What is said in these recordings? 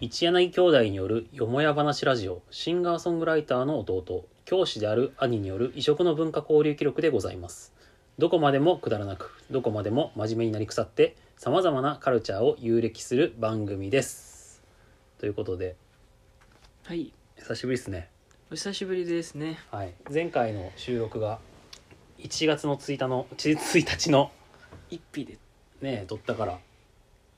一柳兄弟によるよもや話ラジオシンガーソングライターの弟教師である兄による異色の文化交流記録でございますどこまでもくだらなくどこまでも真面目になり腐ってさまざまなカルチャーを遊歴する番組ですということではい久しぶりですねお久しぶりですねはい前回の収録が1月の1日の1日の一匹でね撮ったから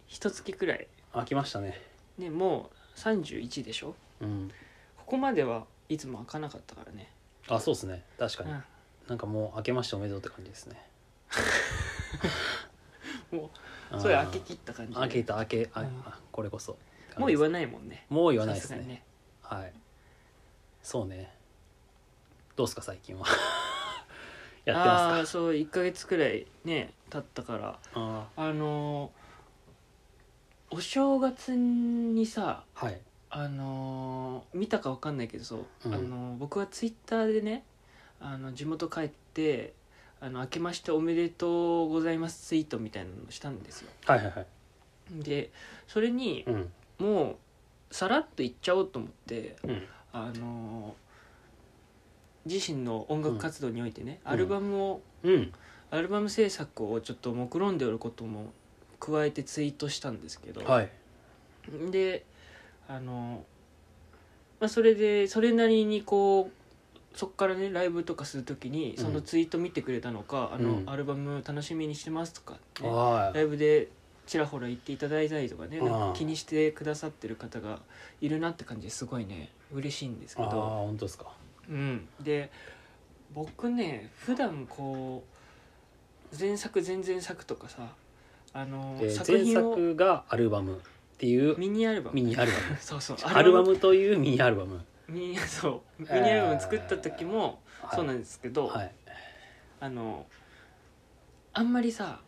一月くらい飽きましたねねもう31でしょうんここまではいつも開かなかったからね、あそうですね確かうに、ん、なんかもう明けましておめでとうって感じですねもうんそれ開け切った感じで開けた開けあ、うんあこれこそもう言わないもんねもう言わないですさねがにはいそうねどうすか最近は やってああまーすかそう1か月くらいね経ったからああのーお正月にさーはいあのー見たかわかんないけどそう、うんあのー僕はツイッターでねあの地元帰ってあの「明けましておめでとうございます」ツイートみたいなのをしたんですよはいはいはいでそれにうんもうさらっといっちゃおうと思ってうんあのー自身の音楽活動においてね、うんアルバムをうんアルバム制作をちょっと目論んでおることも加えてツイートしたんですけど、はいであの、まあ、それでそれなりにこうそっからねライブとかするときにうんそのツイート見てくれたのか「あのうんアルバム楽しみにしてます」とか、ね、はライブでちらほら言っていただいたりとかねうんなんか気にしてくださってる方がいるなって感じですごいね嬉しいんですいああーけど、本当ですかうん、で僕ね普段こう前作前々作とかさあの、で作前品を作がアルバムっていうミニアルバムミニアルバムそうそうアルバムというミニアルバム、ミニそうミえーニアルバム作った時もはい、そうなんんですけど、はいあのあんまりさ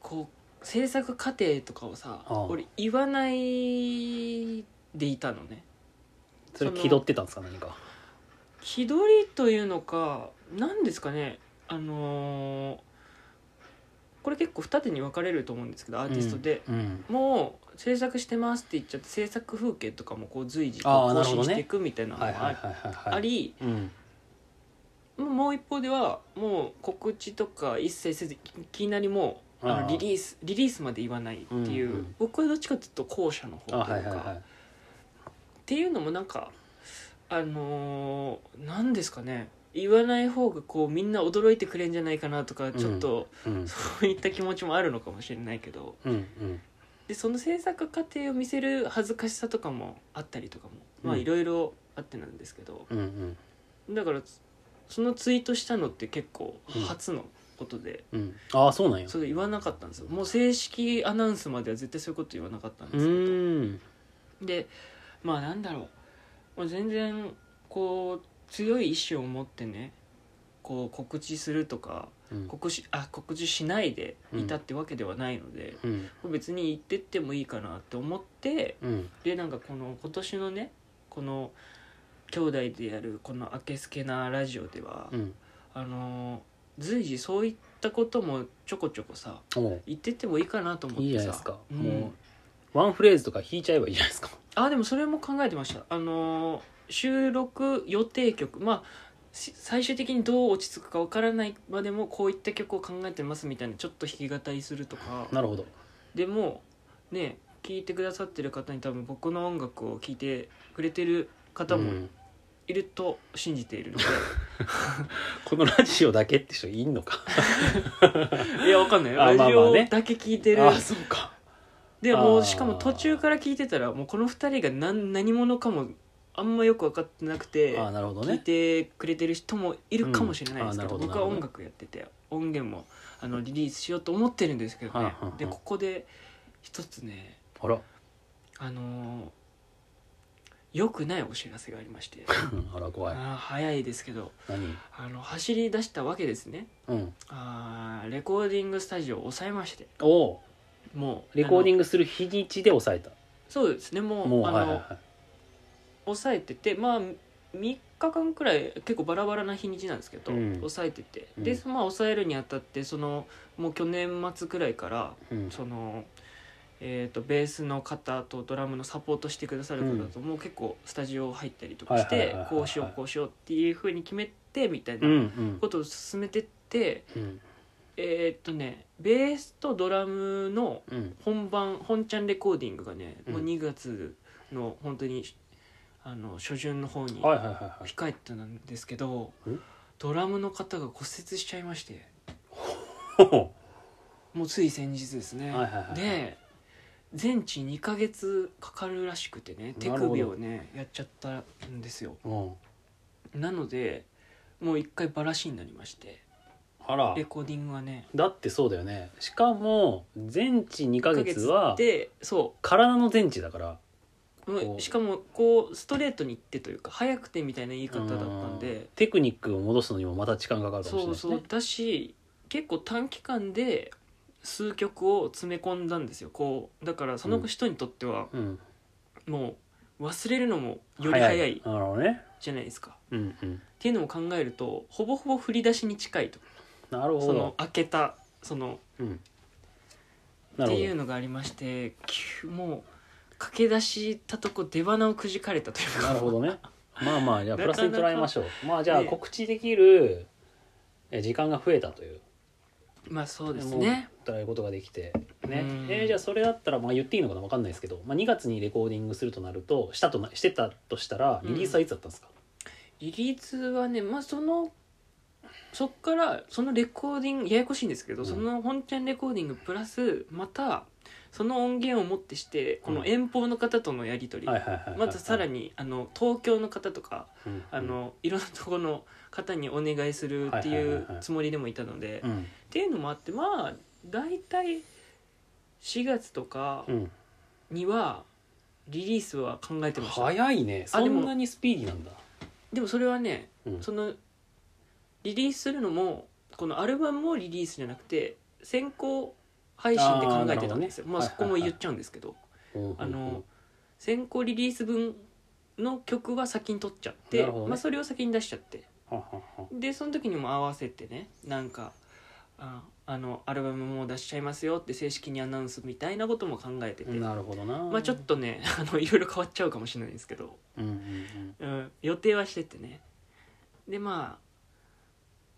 こう制作過程とかをさああ俺言わないでいたのねそれその気取ってたんですか何か気取りというのか何ですかねあのーこれ結構二手に分かれると思うんですけどアーティストで、うんうんもう制作してますって言っちゃって制作風景とかもこう随時こああうな更るほどね新していくみたいなのもはいはいはいあはいはいあり、うんもうもう一方ではもう告知とか一切せずいきなりもうああーのリリースリリースまで言わないっていう、うんうん僕はどっちかというと後者の方あというか、はいはいはいっていうのもなんかあのーなんですかね言わない方がこうみんな驚いてくれんじゃないかなとかちょっと、うんそういった気持ちもあるのかもしれないけどうんうんでその制作過程を見せる恥ずかしさとかもあったりとかもまあうんいろいろあってなんですけど、うんうんだからつそのツイートしたのって結構うん初のことで、うんああそうなんやそれ言わなかったんですよもう正式アナウンスまでは絶対そういうこと言わなかったんうですけーんどでまあなんだろう、まあ、全然こう強い意志を持ってねこう告知するとかうん告知あ告知しないでいたってわけではないので、うんこれ別に言ってってもいいかなって思ってうんでなんかこの今年のねこの兄弟でやるこの「あけすけなラジオ」では、うんあのー随時そういったこともちょこちょこさおう言ってってもいいかなと思ってさいいじゃないですかうんもうワンフレーズとか弾いちゃえばいいじゃないですかあでもそれも考えてましたあのー収録予定曲まあし最終的にどう落ち着くかわからないまでもこういった曲を考えてますみたいなちょっと弾き語りするとかなるほどでもね聴いてくださってる方に多分僕の音楽を聴いてくれてる方うもんいると信じているので、このラジオだけって人いんのか いやわかんないあまあラまあジオねだけ聴いてるああそうかであーもうしかも途中から聞いてたらもうこの2人が何何者かもあんまよく分かってなくてああなるほど聞いねてくれてる人もいるかもしれないですけど,、うんあーなるほど僕は音楽やってて音源もあのリリースしようと思ってるんですけどはねあはあでここで一つねあらあのー、よくないお知らせがありましてあら 怖いあー早いですけど何あの走り出したわけですねうんあーレコーディングスタジオを抑えましておおもうレコーディングングする日にちで抑えたそうですねもうもうはあいの、はいはい抑えててまあ3日間くらい結構バラバラな日にちなんですけど、うん抑えてて、うんでまあ抑えるにあたってそのもう去年末くらいからうんその、ええー、とベースの方とドラムのサポートしてくださる方ともう結構スタジオ入ったりとかしはいはいはいてはいこうしようこうしようっていうふうに決めてみたいうんなことを進めてってうんうんえーっとねベースとドラムのうん本番本ちゃんレコーディングがねもううん2月の本当にあの初旬の方にはいはいはいはい控えてたんですけどうんドラムの方が骨折しちゃいましてほほもうつい先日ですね、はいはいはいはいで全治2ヶ月かかるらしくてね手首をねやっちゃったんですようんなのでもう一回バラシになりましてあらレコーディングはねだってそうだよねしかも全治2ヶ月はでそ体の全治だからうもこううしかもこうストレートに行ってというか早くてみたいな言い方だったんうんでテクニックを戻すのにもまた時間がかかるかもしれそないうですそねうだし結構短期間で数曲を詰め込んだんですよこうだからその人にとってはうんもう忘れるのもより早いなるほどねじゃないですか。うんうんっていうのも考えるとほぼほぼ振り出しに近いとなるほそのど開けたそのうんなっるほていうのがありまして急もう駆け出したとこ出花をくじかれたというどかなるほどねまあま あじゃあプラスに捉えましょうまあじゃあね告知できるえ時間が増えたという まあそうですもねう捉えることができてねうんえーじゃあそれだったらまあ言っていいのかなわかんないですけど、まあ、2月にレコーディングするとなるとしたとなしてたとしたらリリースはいつだったんですか、リリースはねまあそのそっからそのレコーディングややこしいんですけど、うんその本ちゃんレコーディングプラスまたその音源をもってしてこうのん遠方の方とのやり取り、はいはいはいはいまたさら、にあの東京の方とかうんあ、のいろんなところの方にお願いするってはいはいいはういはいつもりでもいたので、うっんていうのもあってまあ大体4月とかうん、にはリリースは考えてました、早いねあそでもんなにスピーディーなんだでもそれはねうんそのリリースするのもこのアルバムもリリースじゃなくて先行配信で考えてたんですよあーなるほどねまあはいそこも言っちゃうんですけど、うんうんあの先行リリース分の曲は先に取っちゃって、なるほどねまあ、それを先に出しちゃってうんはははでその時にも合わせてねなんかああのアルバムもう出しちゃいますよって正式にアナウンスみたいなことも考えてて、なるほどなまあちょっ、とねあのいろいろ変わっちゃうかもしれないですけど、うんうんうん、予定はしててねでまあ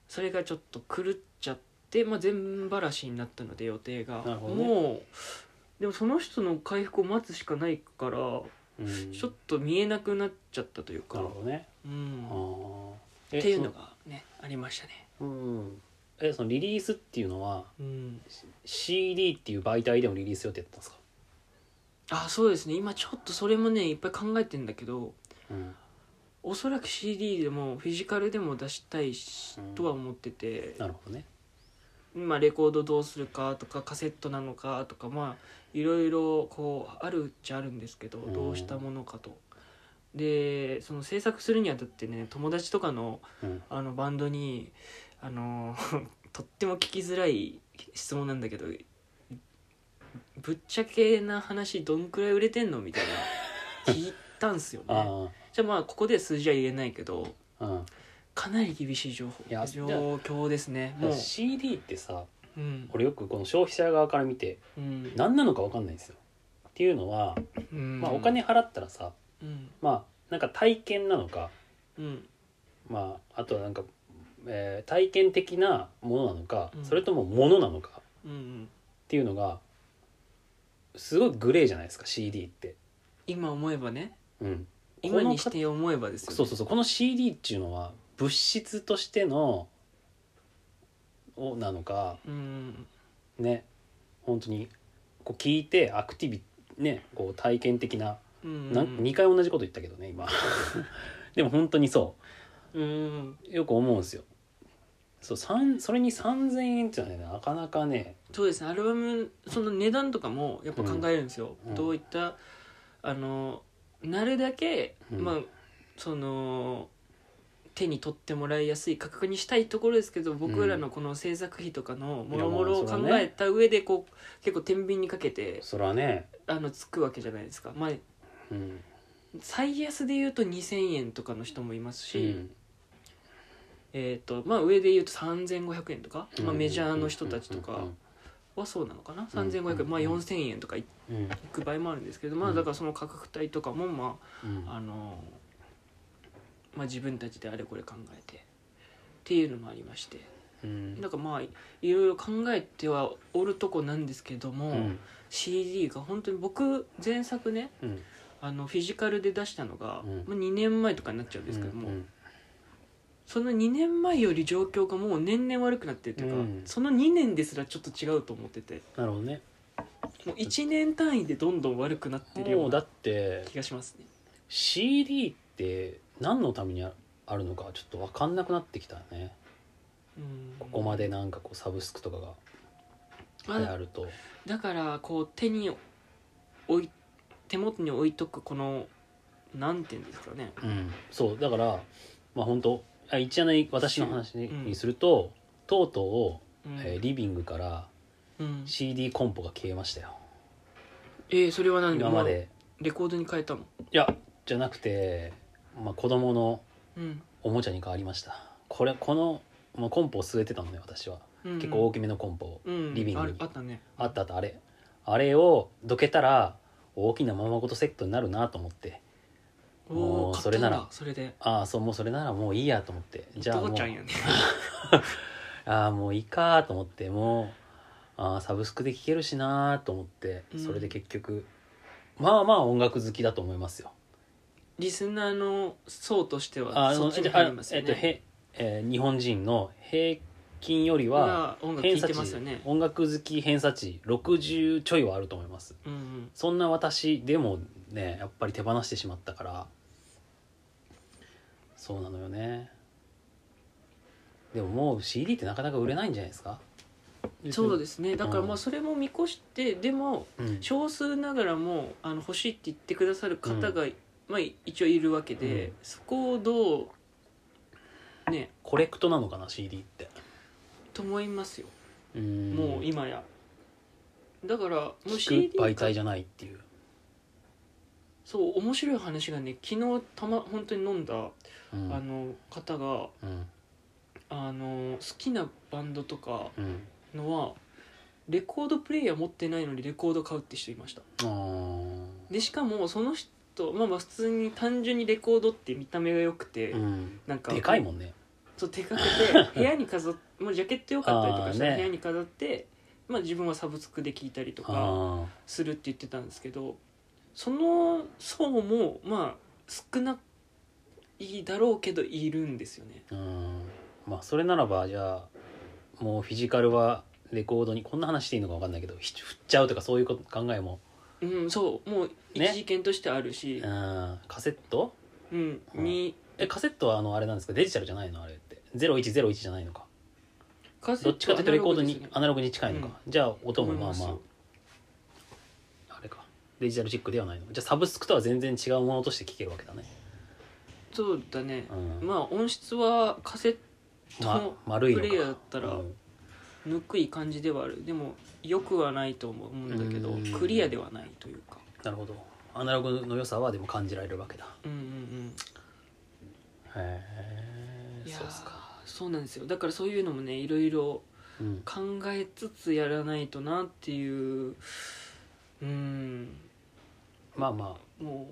それがちょっと狂っちゃって、まあ、全ばらしになったので予定が、なるほどねもうでもその人の回復を待つしかないからうんうん、ちょっと見えなくなっちゃったというなかる、ほどねうん、あーっえていうのがねありましたね。そのうんえそのリリースっていうのはうん、 CD っていう媒体でもリリース予定だったんですか、あそうですね今ちょっとそれもねいっぱい考えてんだけどうんおそらく CD でもフィジカルでも出したいしうんとは思ってて、なるほどねまあ、レコードどうするかとかカセットなのかとかまあいろいろこうあるっちゃあるんですけどうんどうしたものかと。でその制作するにあたってね友達とかのうんあのバンドにあの とっても聞きづらい質問なんだけどぶっちゃけな話どんくらい売れてんのみたいな聞いたんすよね あじゃあまあここで数字は言えないけどあうんかなり厳しい情報いや状況ですねもう CD ってさうん俺よくこの消費者側から見てうん何なのか分かんないんですよっていうのは、うんまあ、お金払ったらさうんまあなんか体験なのかうんまあ、あとはなんか、えー体験的なものなのか、うんそれともものなのかっうんうんていうのがすごいグレーじゃないですか CD って。今思えばねうん、今にしこのて思えばですよ、ね、そうそうそうこの CD っていうのは物質としてのをなのかうんね本当にこう聞いてアクティビねこう体験的なうんうんなん2回同じこと言ったけどね 今でも本当にそううんよく思うんですよそうさんそれに3,000円っていうのはねなかなかねそうですねアルバムその値段とかもやっぱ考えるんですよ、うんどういったあのなるだけ、うんまあその手に取ってもらいやすい価格にしたいところですけど僕らのこの制作費とかのもろもろをいやまあ考それはねえた上でこう結構天秤にかけてそれはね、あのつくわけじゃないですか、まあ、うん最安で言うと2,000円とかの人もいますし、うんえーとまあ、上で言うと3500円とか、うんまあ、メジャーの人たちとか、うんはそうなのかな3500円、まあ、4000円とかいうんく場合もあるんですけど、まうあ、んだからその価格帯とかも、まうんああのまあ、自分たちであれこれ考えてっていうのもありましてうんなんかまあいいろいろ考えてはおるとこなんですけども、うん CD が本当に僕前作ねうんあのフィジカルで出したのが、うんまあ、2年前とかになっちゃうんですけども、うんその2年前より状況がもう年々悪くなってるというか、うんその2年ですらちょっと違うと思っててなるほどねもう1年単位でどんどん悪くなってるよもううだなって気がしますね CD って何のためにああるのかちょっと分かんなくなってきたねうんここまでなんかこうサブスクとかまがあ流行るとだからこう手に置い手元に置いとくこのなんて言うんですかねうんそうだからまあ本当あ一夜の私の話にうんにすると、とうとうう、んえーリビングからうん CD コンポが消えましたよえーそれは何今までレコードに変えたのいやじゃなくて、まあ、子供のうん、おもちゃに変わりましたこれこの、まあ、コンポを据えてたのね私は、うん結構大きめのコンポをうんリビングにあるあったねあったあったあれあれをどけたら大きなままごとセットになるなと思っておもうおそれならそれでああそうもうそれならもういいやと思ってじじゃあゃあもうちゃんやねああもういいかと思ってもうああサブスクで聴けるしなと思ってうんそれで結局、まあまあ音楽好きだと思いますよリスナーの層としてあはあそのっちにじゃあ入りますよえっとねへ、えー日本人の平均よりはは音楽偏聴い差て値ますよね音楽好き偏差値60ちょいはあると思いますうんうんそんな私でもねやっぱり手放してしまったからそうなのよねでももう CD ってなかなか売れないんじゃないですかそうですねだからうんまあそれも見越してでもうん少数ながらもあの欲しいって言ってくださる方が、まあ、一応いるわけで、うんそこをどうねコレクトなのかな CD ってと思いますよ、うんもう今やだからもう聞 CD く媒体かじゃないっていう、そう面白い話がね昨日たま本当に飲んだ、うん、あの方がうんあの好きなバンドとかうんのはレコードプレイヤー持ってないのにレコード買うって人いましたあーでしかもその人まあまあ普通に単純にレコードって見た目が良くて、うんなんかでかいもんねそう手掛 けて部屋に飾っもうジャケット良かったりとかしたあーらね部屋に飾って、まあ、自分はサブスクで聴いたりとかあするって言ってたんですけどその層もまあ少ないだろうけどいるんですよね。ーうんまあそれならばじゃあもうフィジカルはレコードにこんな話していいのか分かんないけどひ振っちゃうとかそういうこと考えもうん、そうもうね一時件としてあるし、うんカセットうんうんにえカセットはあのあれなんですかデジタルじゃないのあれって0101じゃないのかカセどっちかというとレコードにアアナログに近いのか、じゃあ音もまあ思いますまよああれかデジタルチックではないのじゃあサブスクとは全然違うものとして聴けるわけだね、ナログですよねそうだねう、ん、まあ音質はカセッまト丸いのプかレイヤーだったらうんぬくい感じではあるでもよくはないと思うんだけどうんクリアではないというかなるほどアナログの良さはでも感じられるわけだうんうんへうんえいやそうーですか、そうなんですよだからそういうのもねいろいろうん、考えつつやらないとなっていううんまあまあも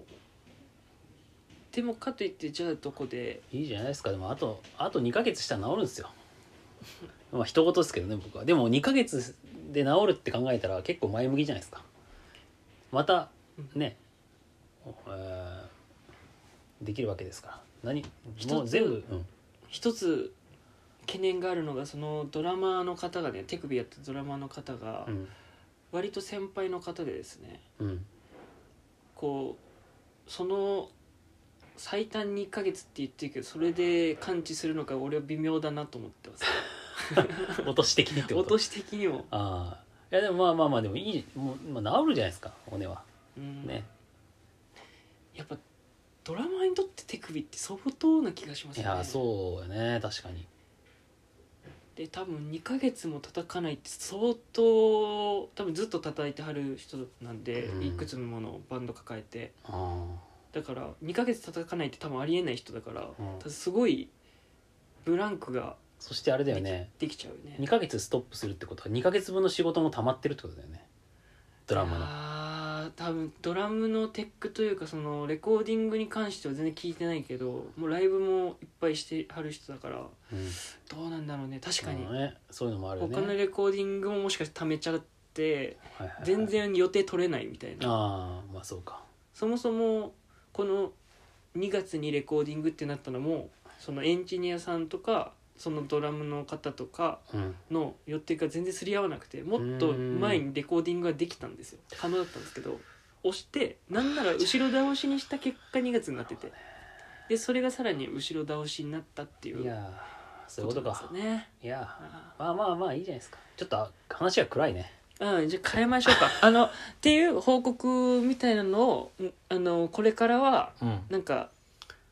うでもかといってじゃあどこでいいじゃないですかでもあとあと2ヶ月したら治るんですよ まあ一言ですけどね僕はでも2ヶ月で治るって考えたら結構前向きじゃないですかまたね、えーできるわけですから何一つもう全部、うん一つ懸念があるのがそのドラマーの方がね手首やったドラマーの方がうん割と先輩の方でですねうんこうその最短2ヶ月って言ってるけどそれで感知するのか俺は微妙だなと思ってます 落とし的にってこ落ととし的にも、ああいやでもまあまあまあでもいいもう、まあ、治るじゃないですか骨はうんねやっぱドラマーにとって手首って相当な気がしますいよねやそうよね確かにで多分2ヶ月も叩かないって相当多分ずっと叩いてはる人なんで、うんいくつものバンド抱えてあだから2ヶ月叩かないって多分ありえない人だから、うんただすごいブランクがそしてあれだよねできちゃうね2ヶ月ストップするってことは2ヶ月分の仕事も溜まってるってことだよねドラムのあー多分ドラムのテックというかそのレコーディングに関しては全然聞いてないけどもうライブもいっぱいしてはる人だからうんどうなんだろうね確かに、あのね、そういうのもあるよね他のレコーディングももしかして溜めちゃってはいはいはい全然予定取れないみたいなああまあそうかそもそもこの2月にレコーディングってなったのもそのエンジニアさんとかそのドラムの方とかうんの予定が全然すり合わなくてもっと前にレコーディングができたんですよ可能だったんですけど押してなんなら後ろ倒しにした結果2月になっててでそれがさらに後ろ倒しになったっていういやーそういうことなんかですよねいやーあまあまあまあいいじゃないですかちょっとあ話が暗いねーうんじゃあ変えましょう かあのっていう報告みたいなのをんあのこれからはうんなんか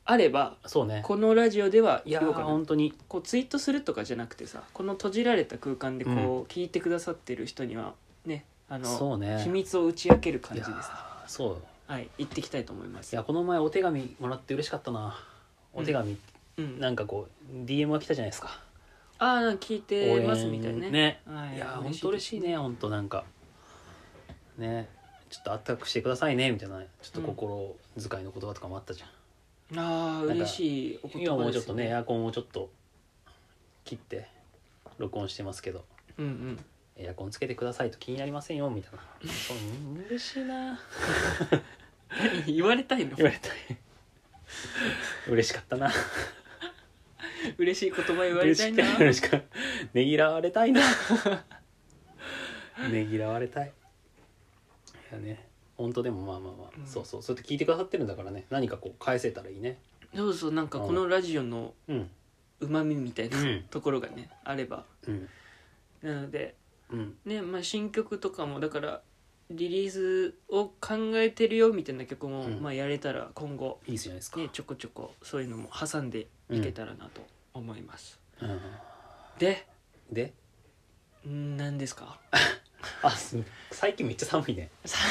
あればそうねこのラジオではいや言ーおうかな本当にこうツイートするとかじゃなくてさこの閉じられた空間でこうう聞いてくださってる人にはねあのそうね秘密を打ち明ける感いじやですねーそうはい行ってきたいと思いますいやこの前お手紙もらって嬉しかったなお手紙、うん、なんかこう DM が来たじゃないですかああなんか聞いてますみたいねはいいやー本当嬉しいね本当なんかねちょっとあったかくしてくださいねみたいなちょっと心遣いの言葉とかもあったじゃん、ああなんか嬉しいお言葉です今もうちょっとねエアコンをちょっと切って録音してますけどうんうん エアコンつけてくださいと気になりませんよみたい なそううん嬉しいな言われたいの言われたい嬉しかったな嬉しい言葉言われたいな嬉しく嬉しくねぎらわれたいな ねぎらわれたいいやね本当でもまあまあまあ、うんそうそうそうやって聞いてくださってるんだからね何かこう返せたらいいねそうそうなんかこのラジオのうんうまみみたいなうんところがねあればうんなのでうんねまあ、新曲とかもだからリリースを考えてるよみたいな曲も、うんまあ、やれたら今後、いいじゃないですか、ね、ちょこちょこそういうのも挟んでいけたらなと思います、うん、ででん何ですかあす最近めっちゃ寒いね最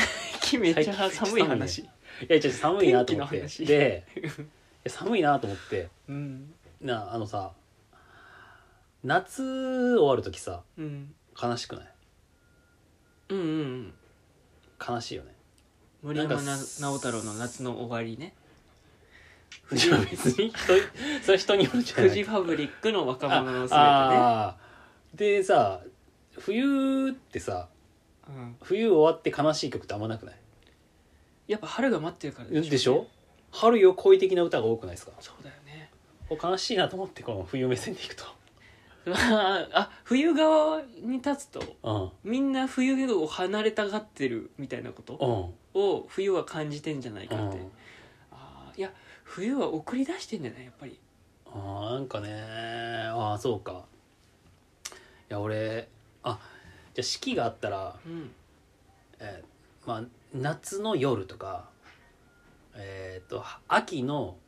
近めっちゃ最近寒い話、いやちょっと寒いなと思って天気の話 でいや寒いなと思ってうんなあのさ夏終わる時さうん、悲しくないうんうんうん悲しいよね森山なんなか直太朗の夏の終わりねフジいや 別に人それ人によるじゃなフいジファブリックの若者の姿ああーでさ冬ってさね、うん、冬終わって悲しい曲ってあんまなくないやっぱ春が待ってるからでしょ春よ恋的な歌が多くないですかそうだよね こう悲しいなと思ってこの冬目線でいくと、あ冬側に立つとうんみんな冬を離れたがってるみたいなことうんを冬は感じてんじゃないかうって、ん、ああいや冬は送り出してんじゃないやっぱりあーなんかねああそうかいや俺あじゃあ四季があったら、うんえーまあ、夏の夜とかえっ、と秋の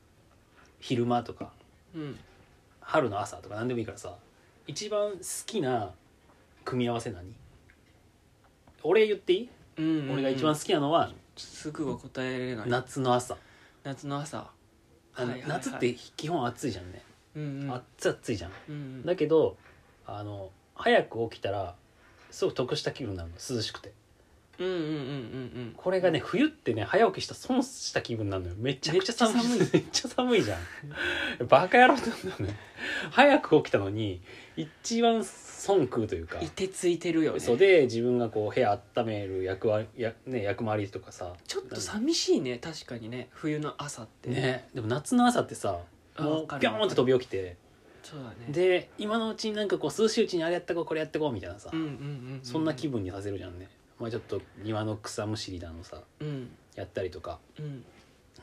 昼間とかうん春の朝とか何でもいいからさ一番好きな組み合わせ何俺言っていい、うんうんうん俺が一番好きなのはすぐは答えられない夏の朝、夏の朝あのはいはいはい夏って基本暑いじゃんね、うんうん暑い暑いじゃんうんうんだけどあの早く起きたらすごく得した気分になるの涼しくてうんうんうんうんうんこれがね冬ってね早起きした損した気分になるのよめちゃくちゃ寒い めめっっちゃ寒いちゃ寒いじゃんバカ野郎ってなんだよね早く起きたのに一番損食うというかいてついてるよねそうで自分がこう部屋温める役割や、ね、役回りとかさちょっと寂しいね確かにね冬の朝ってねでも夏の朝ってさあもわうかるピョーンって飛び起きてそうだねで今のうちになんかこう涼しいうちにあれやってこうこれやってこうみたいなさ、うんうんうんうそんな気分分にさせるじゃんね、まあ、ちょっと庭の草むしりだのさうんやったりとか、うん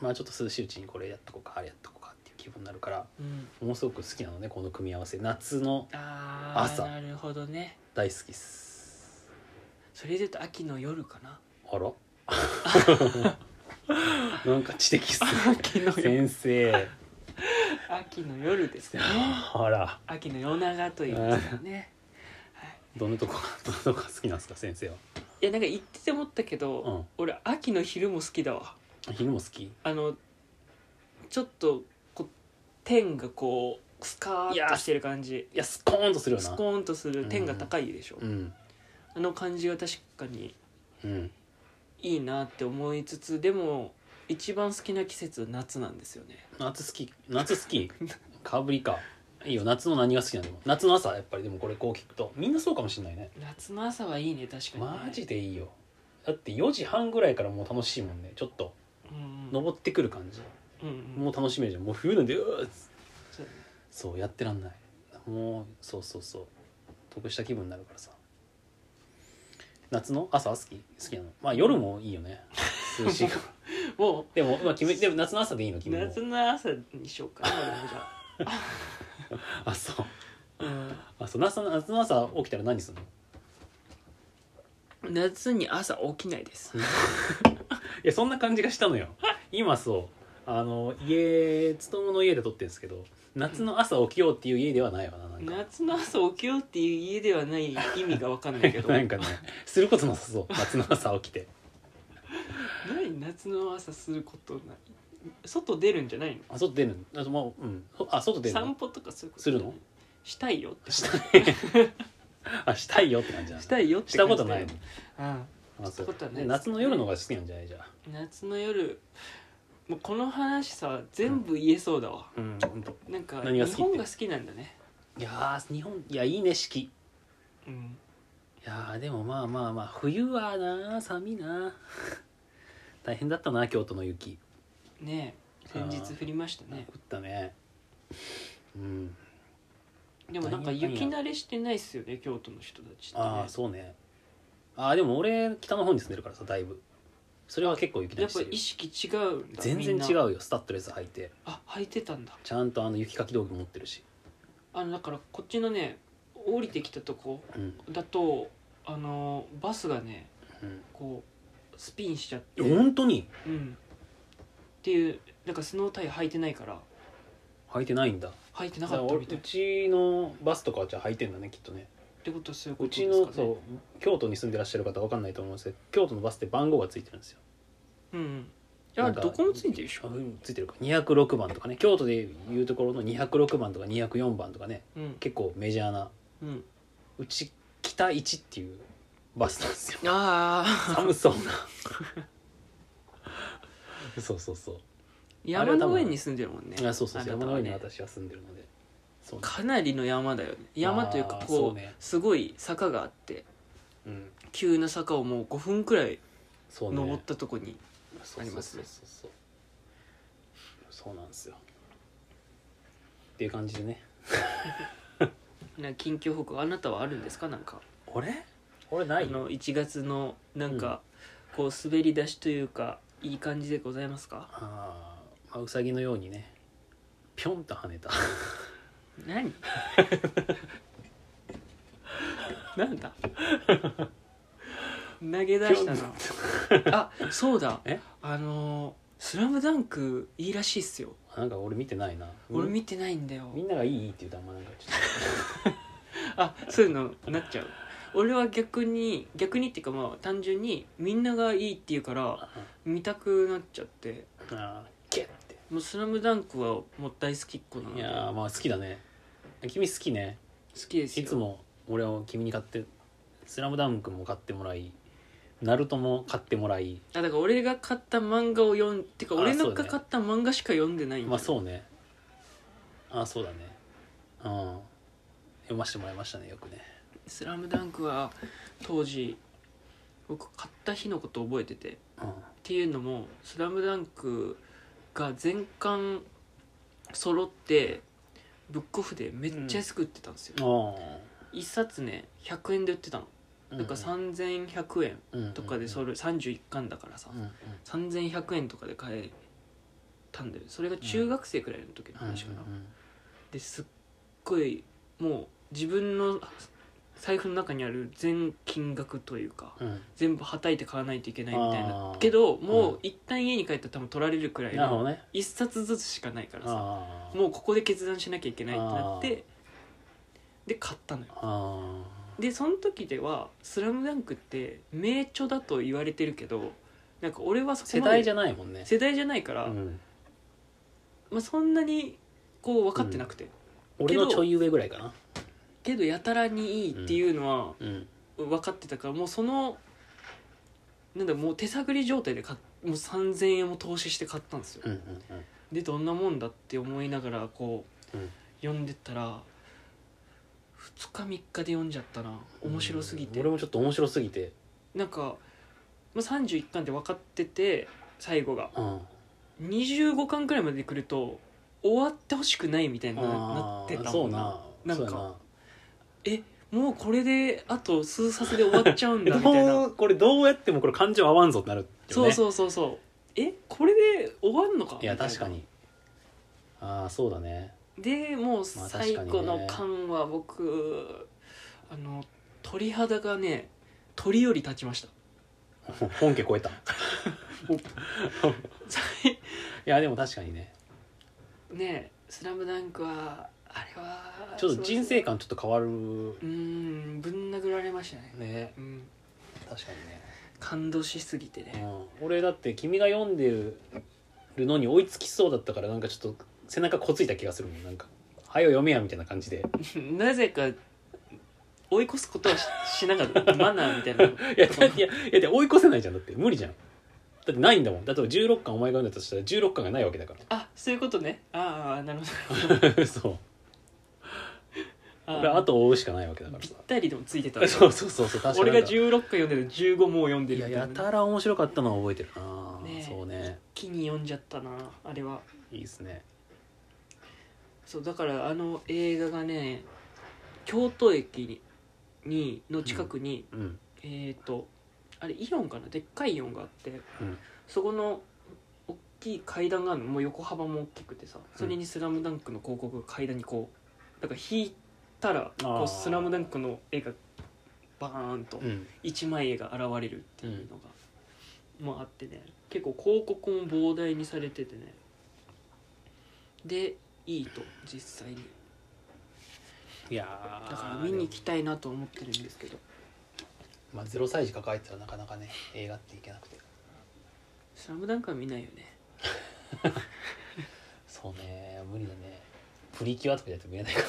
まあ、ちょっと涼しいうちにこれやっとこうかあれやっとこうかっていう気分になるからうんものすごく好きなのねこの組み合わせ夏のああ朝なるほどね大好きっすそれで言うと秋の夜かなあ らなんか知的 っすね秋の夜先生秋の夜 ですねあら秋の夜長というんですかねどのとこがどのとこが好きなんですか先生は、いやなんか言ってて思ったけど、うん俺秋の昼も好きだわ昼も好きあのちょっとこう天がこうスカーッとしてる感じいやスコーンとするよなスコーンとする天が高いでしょ、うんあの感じは確かにうんいいなって思いつつでも一番好きな季節は夏なんですよね夏好き夏好きかぶりかいいよ夏の何が好きなの夏の朝やっぱりでもこれこう聞くとみんなそうかもしれないね夏の朝はいいね確かにね、マジでいいよだって4時半ぐらいからもう楽しいもんねちょっとうんうん登ってくる感じうんうんもう楽しめるじゃんもう冬なんでうわーっつそうだねそうやってらんないもうそうそうそう得した気分になるからさ夏の朝好き好きなのまあ夜もいいよね 涼しいからもでも、まあ、決めでも夏の朝でいいのう君も夏の朝にしようかな俺もじゃああそううんあそう夏の夏の朝起きたら何するの夏に朝起きないですいやそんな感じがしたのよ 今そうあの家勤の家で撮ってるんですけど夏の朝起きようっていう家ではないわななんか夏の朝起きようっていう家ではない意味が分かんないけど なんかねすることなさそう夏の朝起きて何夏の朝することない外出るんじゃないのあ外出るあ,、まあうん、あ外出る散の歩とかそういうことするのしたいよってしたいあしたいよって感じなのしたいよってした感じこだとよないのうんあそうしたことはないね夏の夜の方が好きなんじゃないじゃあ夏の夜もうこの話さ全部言えそうだわ、うん本当。なんか何が好き日って本が好きなんだねいやー日本いやいいね四季いうんやーでもまあまあまあ冬はな寒いな 大変だったな京都の雪ねえ先あ日ー降りましたねね降ったねうんでもなんか何や雪慣れしてないっすよね京都の人たちって、ね、ああそうねああでも俺北の方に住んでるからさだいぶそれは結構雪だやっしてぱるよ意識違うんだ全然み違んなうよスタッドレス履いてあ履いてたんだちゃんとあの雪かき道具持ってるしあのだからこっちのね降りてきたとこうんだとあのバスがねうんこうスピンしちゃってえ本当にうんっていうなんかスノータイヤ履いてないから履いてないんだ履いてなだかからった俺みたいうっちのバスとかはじゃあ履いてんだねきっとねてことはそういうこうとですちか、ね、のそう京都に住んでらっしゃる方わかんないと思うんですけど京都のバスって番号がついてるんですようんうんいなやんかどこもついてるでしあょう、んついてるか206番とかね京都でいうところの206番とか204番とかねうん結構メジャーなうん、うち北一っていうバスなんですよああ寒そうな そうそうそう山の上に住んでるもんねあそうそうそうあな山たのは上ねに私は住んでるのでそうねかなりの山だよね山というかあーこうそうねすごい坂があってうん急な坂をもう5分くらいそうね登ったとこにそうありますねそうそうそうそうなんですよっていう感じでねなんか近況報告あなたはあるんですかなんか、俺俺なあの1月のなんか、こう滑り出しというかいい感じでございますかあー、まあウサギのようにねピョンと跳ねた 何なんだ投げ出したなあそうだえあのースラムダンク」いいらしいっすよなんか俺見てないな俺見てないんだよみんながいいいいって言うとあんまなんかちょあそういうのなっちゃう俺は逆に逆にっていうかまあ単純にみんながいいって言うから見たくなっちゃってっ とあーキュッてもう「スラムダンクはもう大好きっ子なのいでやーまあ好きだね君好きね好きですいよつも俺を君に買って「スラムダンクも買ってもらいナルトも買ってもらいあだから俺が買った漫画を読んってかあ俺そのうだがね買った漫画しか読んでないんだよまあそうねあそうだねうん読ませてもらいましたねよくねスラムダンクは当時僕買った日のことを覚えててっうんていうのも「スラムダンクが全巻揃ってブックオフでめっちゃ安く売ってたんですよ、あ一冊ね100円で売ってたのあなんか3100円うんとかでそれ31巻だからさうんうん3100円とかで買えたんだよそれが中学生くらいの時の話かな、うんうんですっごいもう自分の財布の中にある全金額というかうん全部はたいて買わないといけないみたいあなーけどもうんう一旦家に帰ったら多分取られるくらいなるほどのね一冊ずつしかないからさああもうここで決断しなきゃいけないってなってで買ったのよあでその時では「スラムダンクって名著だと言われてるけどなんか俺はそあこ世まで代じゃないもんね世代じゃないから、うんまあ、そんなにこう分かってなくて、お俺のちょい上ぐらいかなけどやたらにいいっていうのはうん分かってたから、もうそのなんだもう手探り状態で買っもう3,000円も投資して買ったんですようんうんでどんなもんだって思いながらこう、うん読んでったら2日3日で読んじゃったなうん面白すぎて俺もちょっと面白すぎてなんか、まあ、31巻って分かってて最後がうん25巻くらいまで来ると終わってほしくないみたいにななあってーたもんそうななんかそうやなもうこれであと数冊で終わっちゃうんえだみ たどいなうこれどうやってもこれ感情合わんぞってなるっていそううそうそうそうえこれで終わんのかねいやみたな確かにああそうだねでもうまあ確かに最ね後の巻は僕あの鳥肌がね鳥より立ちました本家超え たい最やでも確かにねねえスラムダンクはあれはちょっと人生観観ちょっと変わるうーんぶん殴られましたねねうん確かに感動しすぎて ねね、うん、俺だって君が読んでるのに追いつきそうだったからなんかちょっと背中こついた気がするもんなんか「はよ読めや」みたいな感じでなぜか追い越すことはししなかったマナーみたいないやだいやいやで追い越せないじゃんだって無理じゃんだってないんだもんだって16巻お前が読んだとしたら16巻がないわけだかあそういうことねああなるほど らそうー俺後を追うしかないわけだからぴっさたりでもついてた そうそうそうそう確かに俺が16回読んでる15もう読んでいるやみたいなやたら面白かったのは覚えてるな、ねえそうね一気に読んじゃったなあれはいいですねそうだからあの映画がね京都駅ににの近くに、うんえっ、とあれイオンかなでっかいイオンがあって、うんそこの大きい階段があるのもう横幅も大きくてさそれに「スラムダンクの広告が階段にこうだから引いたらこあーう「スラムダンクの絵がバーンとうん一枚絵が現れるっていうのが、もあってね結構広告も膨大にされててねでいいと実際にいやーだから見に行きたいなと思ってるんですけどまあ、0歳児抱えてたらなかなかね映画っていけなくて「スラムダンクは見ないよねそうね無理だねプリキュアとかやって見えないか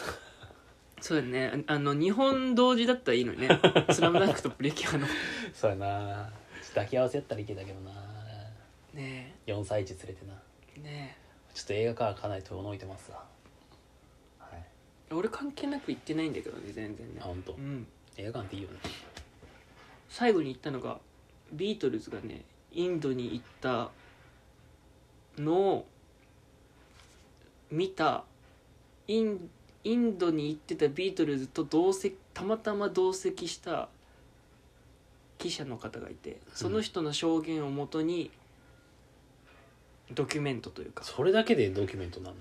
そうだねああの日本同時だったらいいのに ね「スラムダンクとプリキュアのら そうやな抱き合わせやったらいけたけどなね4歳児連れてなえねちょっと映画からかなり遠のいてますわはいえ俺関係なく行ってないんだけどね全然ねあ本当うん映画館っていいよね最後に行ったのがビートルズがねインドに行ったのを見たインインドに行ってたビートルズと同席たまたま同席した記者の方がいてその人の証言をもとにドキュメントというかそれだけでドキュメントなの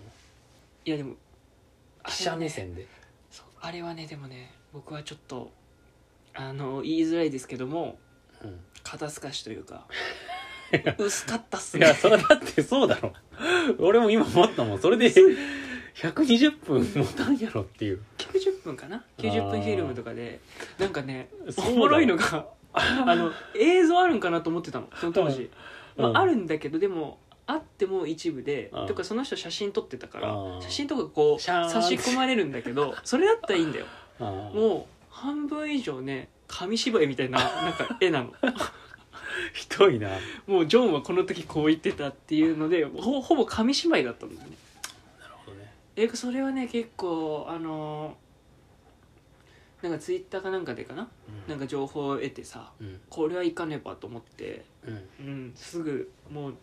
いやでも記者目あれはね線でそうあれはねでもね僕はちょっとあの言いづらいですけどもうん肩透かしとい うか薄かったっすいねやそれだってそうだろ俺も今思ったもんそれで120分持たんやろっていう90分かな90分フィルムとかでなんかねそうだおよもろいの があの映像あるんかなと思ってたのその当時、うんまうんあ、あるんだけどでもあっても一部でうんとかその人写真撮ってたからうん写真とかこうシャーン差し込まれるんだけ どそれだったらいいんだよもうもう半分以上ね紙芝居みたいななんか絵なのひどいななもうジョンはこの時こう言ってたっていうのでほほぼ紙芝居だったんだよねるほどねえそれはね結構あのーなんかツイッターかなんかでかななんか情報を得てさうんこれはいかねばと思って、うんうん、すぐもう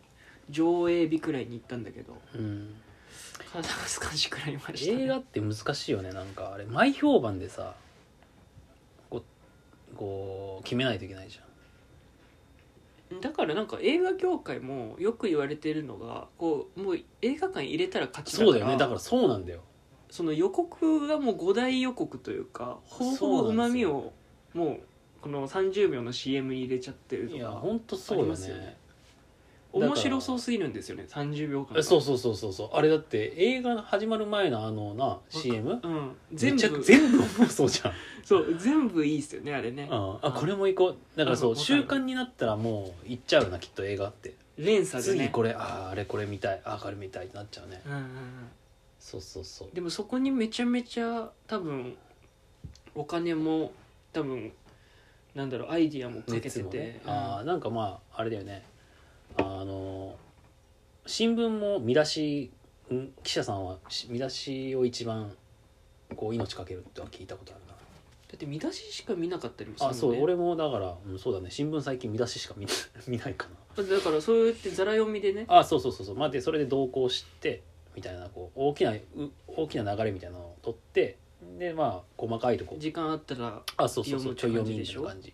上映日くらいに行ったんだけどうん体が少しくらいました、ね、映画って難しいよねなんかあれ前評判でさこうこう決めないといけないじゃんだからなんか映画業界もよく言われてるのがこうもう映画館入れたら勝ちだからそうだよねだからそうなんだよその予告がもう5大予告というかほぼほぼそううなんまですみよをもうこの30秒の CM に入れちゃってるいとやかほんとそうありよますよねねだから面白そうすぎるんですよね30秒間えがそうそうそうそうそうあれだって映画始まる前のあのな CM うん、全全部部全部もうそうじゃん、そう全部いいですよねあれねうん、あこれも行こうだからそううんわかる習慣になったらもう行っちゃうよなきっと映画って連鎖でね次これあああれこれ見たいあああれ見たいってなっちゃうねうんうんうんそうそうそうでもそこにめちゃめちゃ多分お金も多分なんだろうアイディアもかけて熱て、もねうんあーなんかまああれだよねあの新聞も見出しん記者さんはし見出しを一番こう命かけるとは聞いたことあるなだって見出ししか見なかったりもするあそう、ね俺もだから、うん、そうだね新聞最近見出ししか見見ない かだからそうやってざら読みでねなあそうそうそうそうまあでそれで同行してみたいなこう大きなう大きな流れみたいなのを取ってでまあ細かいとこ時間あったらあそうそうそうちょい読む読って感じみみでたしいょな感じ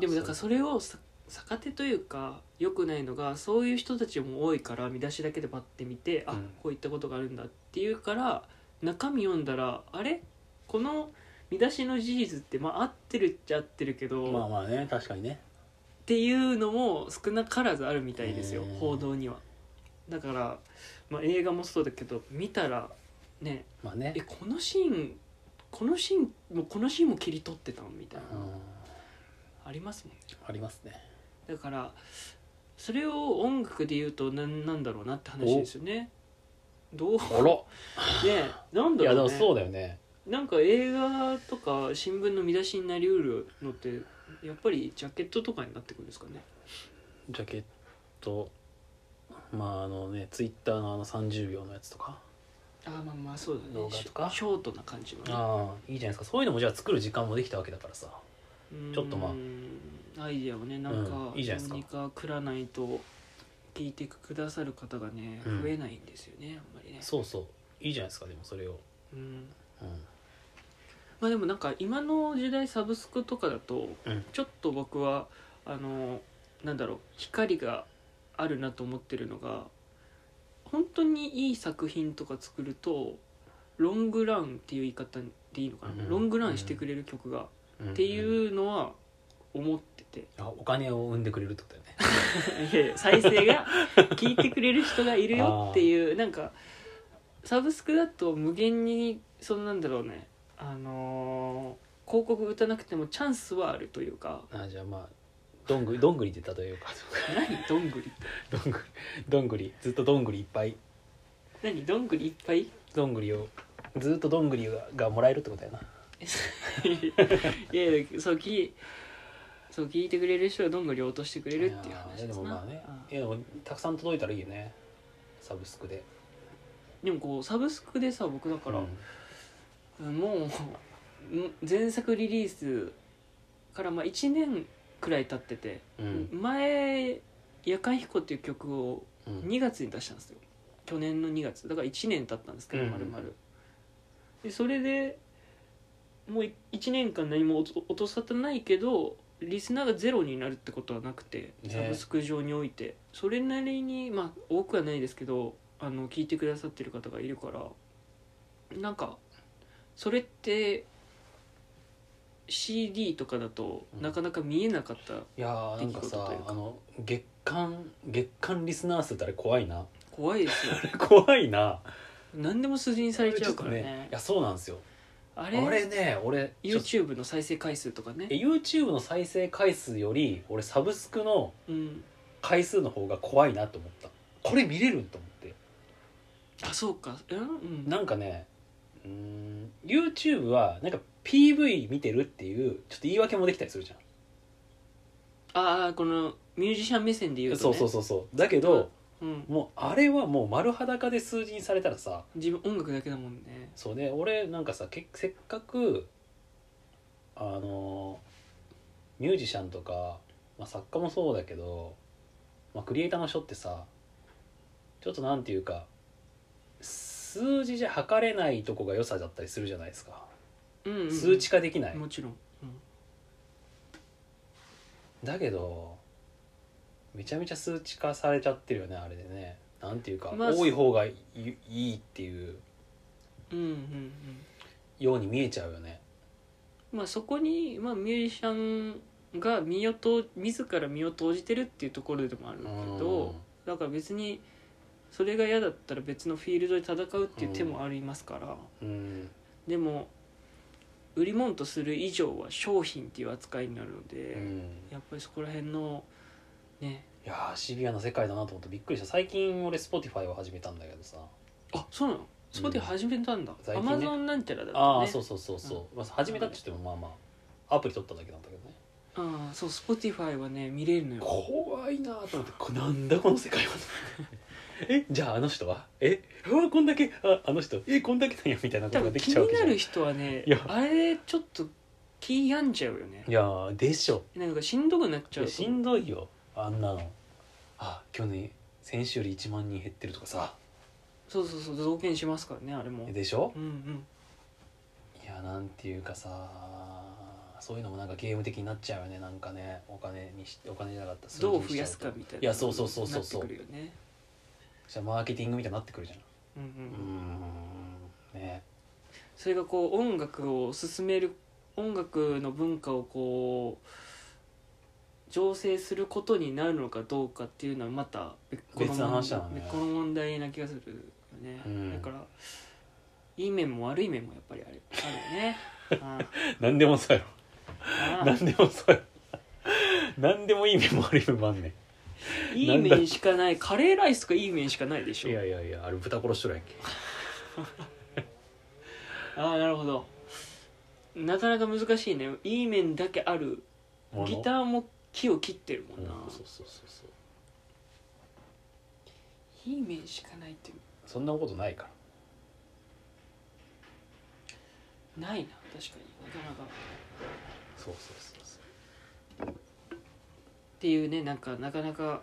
でもだからそれをさ逆手というか良くないのがそういう人たちも多いから見出しだけでパッて見て、うあんこういったことがあるんだっていうから中身読んだらあれこの見出しの事実ってまあ合ってるっちゃ合ってるけど、まあっまあね確かにねていうのも少なからずあるみたいですようん報道にはだから、まあ、映画もそうだけど見たらねまあねえこのシーンこのシーンもこのシーンも切り取ってたのみたいな、うんありますもんねありますねだからそれを音楽で言うとなんなんだろうなって話ですよねどうねあらなんいだやでろうもねそうだよねなんか映画とか新聞の見出しになりうるのってやっぱりジャケットとかになってくるんですかねジャケットまああのねツイッターのあの30秒のやつとかあーまあまあそうだね動画とかショショートな感じのねああいいじゃないですかそういうのもじゃあ作る時間もできたわけだからさうんちょっとまアイディアをねなんか、うんいいじゃないですか何かくらないと聞いてくださる方がねうん増えないんですよね、あんまりねそうそういいじゃないですかでもそれを、うんうん、まあでもなんか今の時代サブスクとかだとうんちょっと僕はあのなんだろう光があるなと思ってるのが本当にいい作品とか作るとロングランっていう言い方でいいのかな、うんロングランしてくれる曲が、うんってうんいうのは思っててあお金を生んでくれるってことだよねいやいや 再生が聴いてくれる人がいるよっていうなんかサブスクだと無限にそのなんだろうねあのー広告打たなくてもチャンスはあるというかあじゃあまあどんぐりどんぐりで例えようか何どんぐりってどんぐりどんぐりずっとどんぐりいっぱい何どんぐりいっぱい どんぐりをずっとどんぐりががもらえるってことやないやいやそう聞いそう聞いてくれる人はどんぐりを落としてくれるっていういや話ーでですもなまあねうんいやでもたくさん届いたらいいよねサブスクででもこうサブスクでさ僕だからうん、もうん前作リリースからまあ1年くらい経ってて、うん前「夜間飛行」っていう曲をうん2月に出したんですよ去年の2月だから1年経ったんですけどうん丸々、でそれでもう1年間何も落と音沙汰ないけどリスナーがゼロになるってことはなくて、ねサブスク上においてそれなりにまあ多くはないですけどあの聞いてくださってる方がいるからなんかそれって CD とかだとうんなかなか見えなかった、いやーなんか出来事さというかあの月間月間リスナー数ってあれ怖いな 怖いですよ怖いな何でも数字にされちゃうからねいやそうなんですよああれれね俺ちょっと YouTube の再生回数とかねえ YouTube の再生回数より俺サブスクのうん回数の方が怖いなと思ったこれ見れると思ってあそうかうんうんなんかねうーん YouTube はなんか PV 見てるっていうちょっと言い訳もできたりするじゃんああこのミュージシャン目線で言うと、ね、そうそうそうそうだけど、う、ん、もうあれはもう丸裸で数字にされたらさ自分音楽だけだもんねそうね俺なんかさけせっかくあのミュージシャンとか、まあ、作家もそうだけど、まあ、クリエイターの人ってさちょっとなんていうか数字じゃ測れないとこが良さだったりするじゃないですかうん、うん、数値化できない、もちろん、うん、だけどめちゃめちゃ数値化されちゃってるよねあれでねなんていうか、まあ多い方がいいいいっていううんうんうんように見えちゃうよねまあそこに、まあ、ミュージシャンが身をと自ら身を投じてるっていうところでもあるけどだから別にそれが嫌だったら別のフィールドで戦うっていう手もありますから、うんうんでも売り物とする以上は商品っていう扱いになるので、うんやっぱりそこら辺のねいやーシビアな世界だなと思ってびっくりした最近俺 Spotify を始めたんだけどさあそうなのそこで始めたんだ最ア近ねマゾンなんちゃらだったああ、ねそうそうそうそう、まあ、始めたって言ってもまあまあアプリ取っただけなんだけどねああそう Spotify はね見れるのよ怖いなと思ってこなんだこの世界は えじゃああの人はえうわこんだけああの人えこんだけなんやみたいなこと多が分で気きちゃうわにけじなゃんる人はねいやあれちょっと気病んじゃうよねいやーでしょなんかしんどくなっちゃうとしんどいよあんなのあ去年先週より1万人減ってるとかさそうそうそう増減しますからねあれもでしょうんうんいやなんていうかさそういうのもなんかゲーム的になっちゃうよねなんかねお金にしお金じゃなかったら数字どにしう増ちゃやうすとかみたいないやそうそうそうそうそうなってくるよねじゃあマーケティングみたいになってくるじゃんうんううんーうんんねそれがこう音楽を進める音楽の文化をこう醸成することになるのかどうかっていうのはまた別個の別の話だね別個の問題な気がするよね、うんだからいい面も悪い面もやっぱりあるあるよね あ何でもそうやあろああ何でも そうやろ何でもいい面も悪い面もあんねいい面しかないカレーライスとかいい面しかないでしんょいやいやいやあれ豚殺しとるやんけああなるほどなかなか難しいねいい面だけあるものギターも木を切ってるもうんんな、そうそうそうそういい面しかないってそんなことないからないな確かになかなかっそうそうそうそうていうねなんかなかなか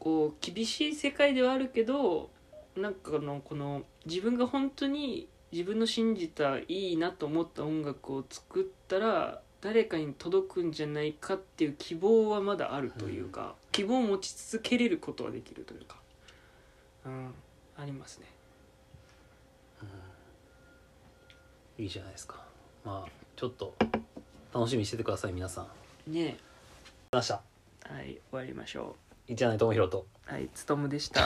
こう厳しい世界ではあるけどなんかあのこの自分が本当に自分の信じたいいなと思った音楽を作ったら誰かに届くんじゃないかっていう希望はまだあるというか、希望を持ち続けれることはできるというか、うん、ありますねいいじゃないですかまあちょっと楽しみにしててください皆さんね明日えはい終わりましょ一柳智弘とうはいつとむでした